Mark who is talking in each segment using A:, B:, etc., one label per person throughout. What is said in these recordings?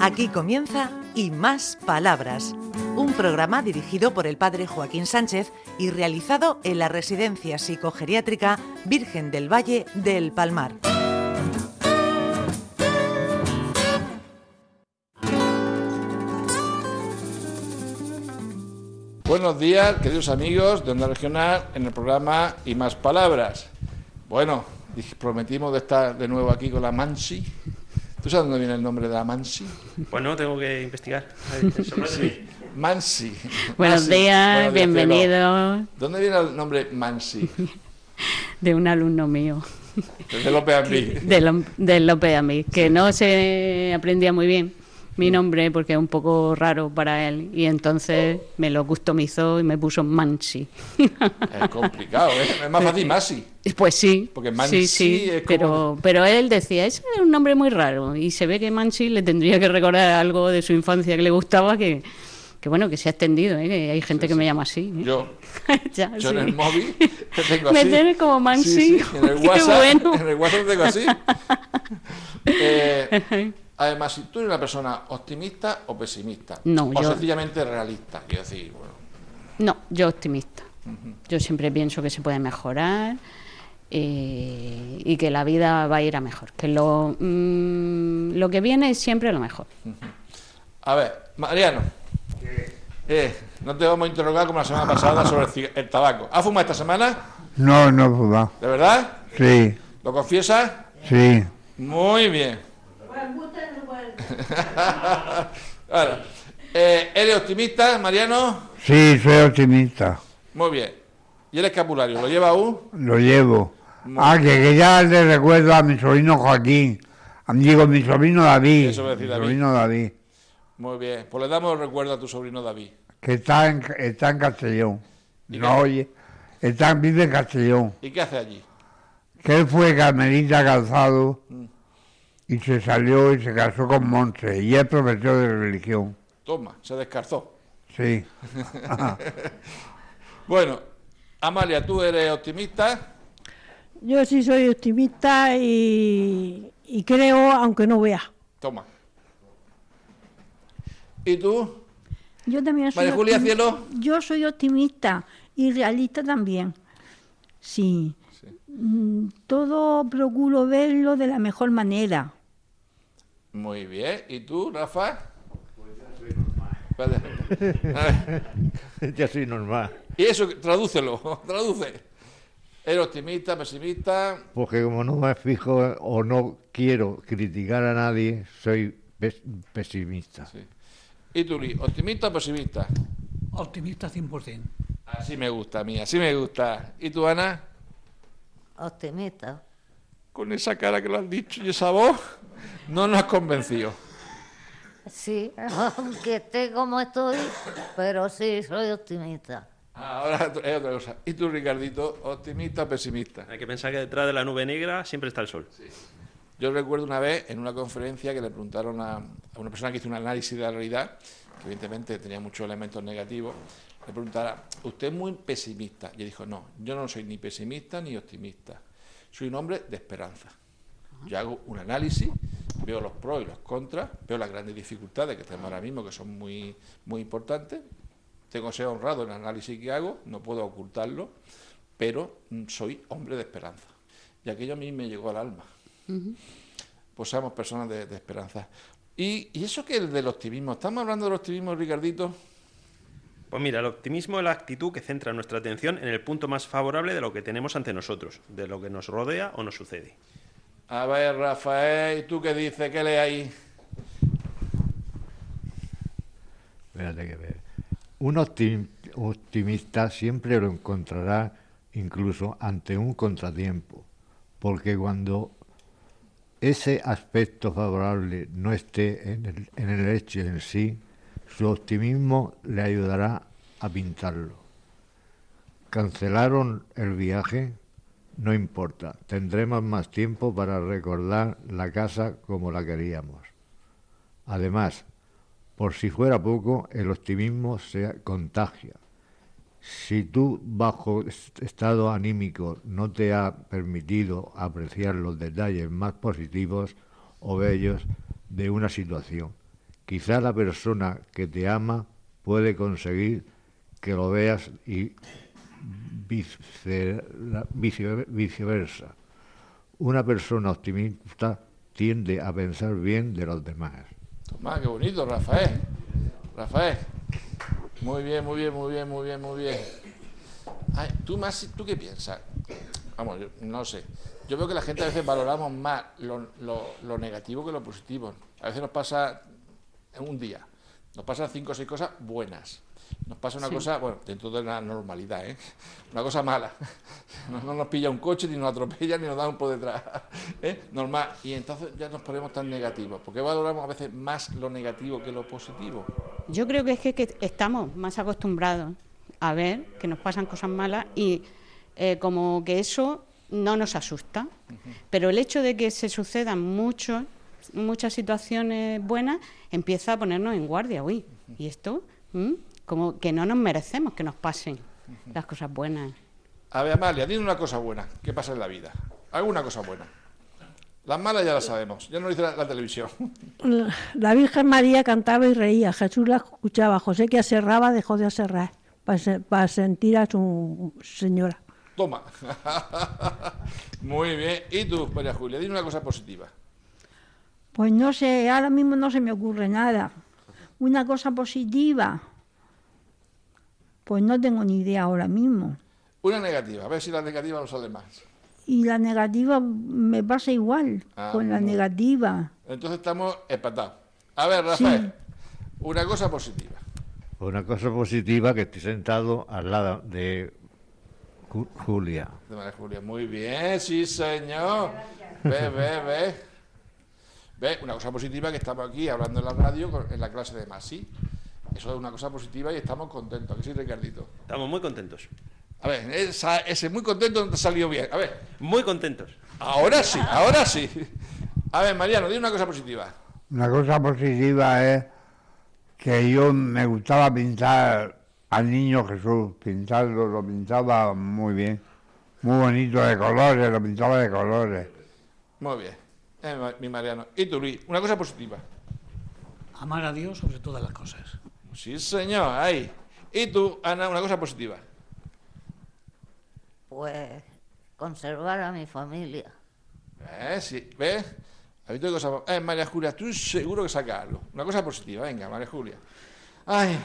A: Aquí comienza Y Más Palabras, un programa dirigido por el padre Joaquín Sánchez y realizado en la Residencia Psicogeriátrica Virgen del Valle del Palmar.
B: Buenos días, queridos amigos de Onda Regional, en el programa Y Más Palabras. Bueno, prometimos de estar de nuevo aquí con la Mansi. ¿Tú sabes dónde viene el nombre de la Mansi?
C: Bueno, Pues tengo que investigar.
B: Sí. Mansi.
D: Buenos
B: Mansi.
D: días,
B: Ah, Buenos días,
D: bienvenido
B: Chelo. ¿Dónde viene el nombre Mansi?
D: de un alumno mío,
B: Desde López Ambrí.
D: de, Lom- de López Amí, que no se aprendía muy bien mi nombre porque es un poco raro para él y entonces me lo customizó y me puso Mansi.
B: Es complicado, ¿eh? Es más fácil Masi.
D: Pues sí,
B: Porque Mansi
D: sí, sí,
B: es como-
D: pero, pero él decía, ese es un nombre muy raro y se ve que Mansi le tendría que recordar algo de su infancia que le gustaba que... Que bueno, que se ha extendido, ¿eh? que hay gente que me llama así. ¿eh?
B: Yo,
D: Ya,
B: yo
D: sí.
B: en el móvil te tengo
D: Me
B: así.
D: tienes como Mansi.
B: Sí, sí, En el
D: Qué
B: WhatsApp,
D: bueno.
B: en el WhatsApp te tengo así. Eh, además, si tú eres una persona optimista o pesimista,
D: No,
B: o
D: yo-
B: sencillamente realista, quiero decir, bueno,
D: No, yo optimista. Yo siempre pienso que se puede mejorar eh, y que la vida va a ir a mejor. Que lo, mm, lo que viene es siempre lo mejor.
B: A ver, Mariano. Eh, no te vamos a interrogar como la semana pasada sobre el, ciga- el tabaco. ¿Has fumado esta semana?
E: No, no fumaba.
B: ¿De verdad?
E: Sí,
B: ¿Lo confiesas?
E: sí.
B: Muy bien. Ahora, eh, ¿Eres optimista, Mariano?
E: Sí, soy optimista.
B: Muy bien. ¿Y el escapulario? ¿Lo lleva aún?
E: Lo llevo.
B: Muy
E: Ah, que, que ya le recuerdo a mi sobrino Joaquín. A- Digo, mi sobrino David.
B: Eso voy a decir,
E: mi
B: David.
E: sobrino David.
B: Muy bien. Pues le damos el recuerdo a tu sobrino David.
E: Que está en, está en Castellón.
B: ¿Y
E: No
B: qué?
E: oye. Está, vive en Castellón.
B: ¿Y qué hace allí?
E: Que él fue carmelita calzado
B: Mm.
E: y se salió y se casó con Monse. Y es profesor de religión.
B: Toma, se descarzó.
E: Sí.
B: Bueno, Amalia, ¿tú eres optimista?
F: Yo sí soy optimista y, y creo, aunque no vea.
B: Toma. ¿Y tú?
G: Yo también soy
B: María Julia
G: optimi-
B: Cielo.
G: Yo soy optimista y realista también. Sí. Mm, Todo procuro verlo de la mejor manera.
B: Muy bien. ¿Y tú, Rafa? Pues Vale. A ver.
H: Ya soy normal.
B: Y eso, tradúcelo, traduce. ¿Eres optimista, pesimista?
H: Porque como no me fijo o no quiero criticar a nadie, soy pes- pesimista.
B: Sí. ¿Y tú, Luis, optimista o pesimista?
I: Optimista 100%.
B: Así me gusta a mí, así me gusta. ¿Y tú, Ana?
J: Optimista.
B: Con esa cara que lo has dicho y esa voz, no nos has convencido.
J: Sí, aunque esté como estoy, pero sí, soy optimista.
B: Ahora es otra cosa. ¿Y tú, Ricardito, optimista o pesimista?
C: Hay que pensar que detrás de la nube negra siempre está el sol.
B: Yo recuerdo una vez en una conferencia que le preguntaron a, a una persona que hizo un análisis de la realidad, que evidentemente tenía muchos elementos negativos, le preguntara, ¿usted es muy pesimista? Y él dijo, no, yo no soy ni pesimista ni optimista, soy un hombre de esperanza. Yo hago un análisis, veo los pros y los contras, veo las grandes dificultades que tenemos ahora mismo, que son muy, muy importantes. Tengo que ser honrado en el análisis que hago, no puedo ocultarlo, pero mm, soy hombre de esperanza. Y aquello a mí me llegó al alma pues seamos personas de, de esperanza. Y, y eso que es del optimismo, estamos hablando del optimismo, Ricardito.
C: Pues mira, el optimismo es la actitud que centra nuestra atención en el punto más favorable de lo que tenemos ante nosotros, de lo que nos rodea o nos sucede.
B: A ver, Rafael, ¿y tú qué dices? ¿Qué lees ahí?
H: Espérate que ve. Un optim- optimista siempre lo encontrará incluso ante un contratiempo, porque cuando ese aspecto favorable no esté en el, en el hecho en sí, su optimismo le ayudará a pintarlo. Cancelaron el viaje, no importa, tendremos más tiempo para recordar la casa como la queríamos. Además, por si fuera poco, el optimismo se contagia. Si tu bajo est- estado anímico no te ha permitido apreciar los detalles más positivos o bellos de una situación, Quizá la persona que te ama puede conseguir que lo veas y vicera- vice- viceversa. Una persona optimista tiende a pensar bien de los demás.
B: Tomás, qué bonito, Rafael. Rafael. Muy bien, muy bien, muy bien, muy bien, muy bien. Ay, ¿tú, más, ¿Tú qué piensas? Vamos, yo no sé. Yo veo que la gente a veces valoramos más lo, lo- lo negativo que lo positivo. A veces nos pasa en un día, nos pasan cinco o seis cosas buenas. Nos pasa una
C: Sí.
B: cosa, bueno, dentro de la normalidad, ¿eh? Una cosa mala. No, no nos pilla un coche, ni nos atropella, ni nos da un por detrás. ¿eh? Normal. Y entonces ya nos ponemos tan negativos. porque valoramos a veces más lo negativo que lo positivo?
D: Yo creo que es que, que estamos más acostumbrados a ver que nos pasan cosas malas y eh, como que eso no nos asusta. Pero el hecho de que se sucedan muchos, muchas situaciones buenas empieza a ponernos en guardia. Uy, ¿y esto? ¿Mm? Como que no nos merecemos que nos pasen las cosas buenas.
B: A ver, Amalia, dime una cosa buena. ¿Qué pasa en la vida? Alguna cosa buena. Las malas ya las sabemos. Ya nos dice la, la televisión.
F: La Virgen María cantaba y reía, Jesús la escuchaba, José que aserraba dejó de aserrar para sentir a su señora.
B: Toma. Muy bien. ¿Y tú, María Julia? Dime una cosa positiva.
G: Pues no sé, ahora mismo no se me ocurre nada. Una cosa positiva, pues no tengo ni idea ahora mismo.
B: Una negativa. A ver si la negativa nos sale más.
G: Y la negativa me pasa igual
B: Ah,
G: con la
B: muy-
G: negativa.
B: Entonces estamos empatados. A ver, Rafael. Una cosa positiva.
H: Una cosa positiva que estoy sentado al lado de Ju- Julia.
B: De María Julia. Muy bien, sí, señor. Ve, ve, ve. Ve, una cosa positiva que estamos aquí hablando en la radio, con- en la clase de Masi. Eso es una cosa positiva y estamos contentos. ¿Qué sí, Ricardito?
C: Estamos muy contentos.
B: A ver, esa- ese muy contento no te salió bien. A ver.
C: Muy contentos.
B: Ahora sí, ahora sí. A ver, Mariano, dime una cosa positiva.
E: Una cosa positiva es que yo me gustaba pintar al niño Jesús, pintarlo, lo pintaba muy bien, muy bonito de colores, lo pintaba de colores.
B: Muy bien. Eh, ma- mi Mariano. ¿Y tú, Luis? Una cosa positiva.
I: Amar a Dios sobre todas las cosas.
B: Sí, señor, ahí. ¿Y tú, Ana? Una cosa positiva.
J: Pues conservar a mi familia.
B: Eh, sí, ¿ves? ¿Has visto qué cosa? po- Eh, María Julia, tú seguro que sacas algo. Una cosa positiva, venga, María Julia. Ay,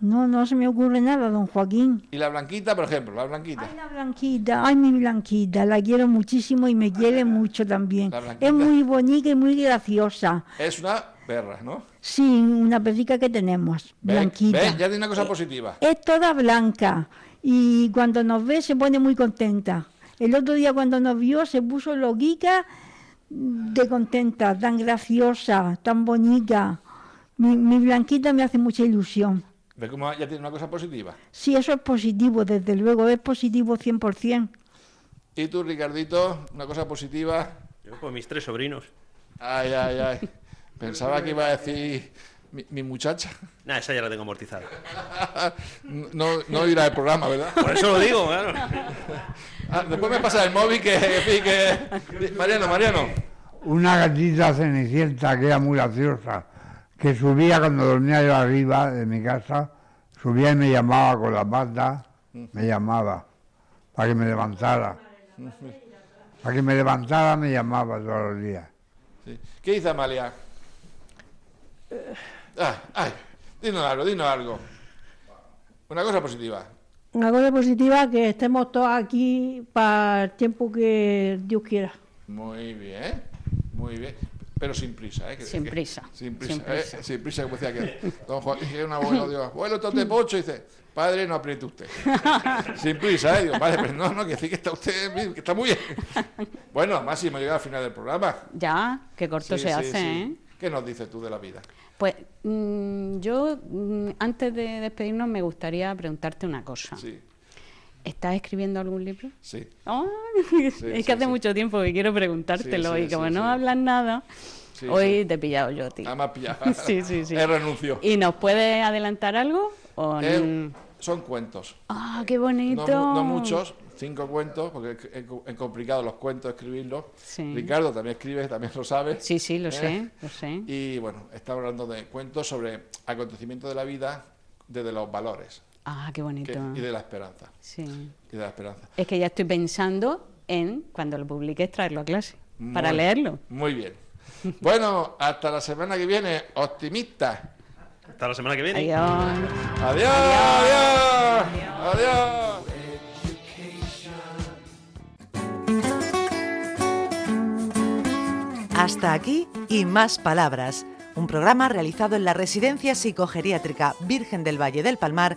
G: No, no se me ocurre nada, don Joaquín.
B: y la blanquita, por ejemplo, la blanquita.
G: La blanquita, ay, mi blanquita, la quiero muchísimo y me quiere mucho también.
B: La Blanquita.
G: Es muy bonita y muy graciosa.
B: Es una perra, ¿no?
G: Sí, una perrica que tenemos,
B: ¿Ves?
G: blanquita.
B: ¿Ves? Ya tiene una
I: Eh.
B: cosa positiva.
G: Es toda blanca y cuando nos ve se pone muy contenta. El otro día cuando nos vio se puso loquica de contenta, tan graciosa, tan bonita. Mi, mi blanquita me hace mucha ilusión.
B: ¿Ves cómo ya tiene una cosa positiva?
G: Sí, eso es positivo, desde luego, es positivo 100%.
B: ¿Y tú, Ricardito? Una cosa positiva.
C: Yo con mis tres sobrinos.
B: Ay, ay, ay. Pensaba que iba a decir mi, mi muchacha.
C: Nada, esa ya la tengo amortizada.
B: No, no irá al programa, ¿verdad?
C: Por eso lo digo, claro.
B: Ah, después me pasa el móvil que, que- que- Mariano, Mariano.
E: Una gatita cenicienta que era muy graciosa, que subía cuando dormía yo arriba de mi casa, subía y me llamaba con la pata, me llamaba, para que me levantara. Para que me levantara me llamaba todos los días.
B: Sí. ¿Qué dice Amalia? Ay, ay. Dinos algo, dinos algo. Una cosa positiva.
F: Una cosa positiva que estemos todos aquí para el tiempo que Dios quiera.
B: Muy bien, muy bien. Pero sin prisa, ¿eh? Que-
D: Sin
B: que-
D: prisa,
B: Sin prisa,
D: sin
B: ¿eh?
D: prisa.
B: Sin prisa, como decía aquel. Don Juan, dije un abuelo, digo, abuelo,
D: Mm.
B: tonte pocho, dice, padre, no apriete usted. sin prisa, ¿eh? Digo, vale, pero no, no, que sí que está usted bien, que está muy bien. Bueno, más hemos llegado al final del programa.
D: Ya, que corto
B: Sí,
D: se
B: sí,
D: hace,
B: sí.
D: ¿eh?
B: ¿Qué nos dices tú de la vida?
D: Pues mm, yo, mm, antes de despedirnos, me gustaría preguntarte una cosa.
B: Sí,
D: ¿Estás escribiendo algún libro?
B: sí.
D: Ah, es que
B: sí,
D: hace
B: sí.
D: mucho tiempo que quiero preguntártelo
B: Sí, sí,
D: y como
B: sí,
D: no
B: sí.
D: hablas nada,
B: Sí,
D: hoy te he pillado yo, tío.
B: Nada más pillado.
D: Sí, sí, sí.
B: He renuncio.
D: ¿Y nos puedes adelantar algo? ¿O
B: Eh,
D: no?
B: son cuentos.
D: ¡Ah, qué
B: No,
D: bonito!
B: mu- no muchos, cinco cuentos, porque es, es- es complicado los cuentos escribirlos.
D: Sí.
B: Ricardo también escribes, también lo sabes.
D: Sí, sí, lo
B: ¿eh?
D: sé, lo sé.
B: Y bueno, estamos hablando de cuentos sobre acontecimientos de la vida desde los valores
D: Ah, qué
B: que-
D: bonito.
B: y de la esperanza.
D: Sí.
B: Y de la esperanza.
D: Es que ya estoy pensando en, cuando lo publiques, traerlo a clase,
B: Muy-
D: para leerlo.
B: Muy bien. Bueno, hasta la semana que viene, optimistas.
C: Hasta la semana que viene.
D: Adiós.
B: Adiós, adiós, adiós.
A: Hasta aquí y más palabras, un programa realizado en la Residencia Psicogeriátrica Virgen del Valle del Palmar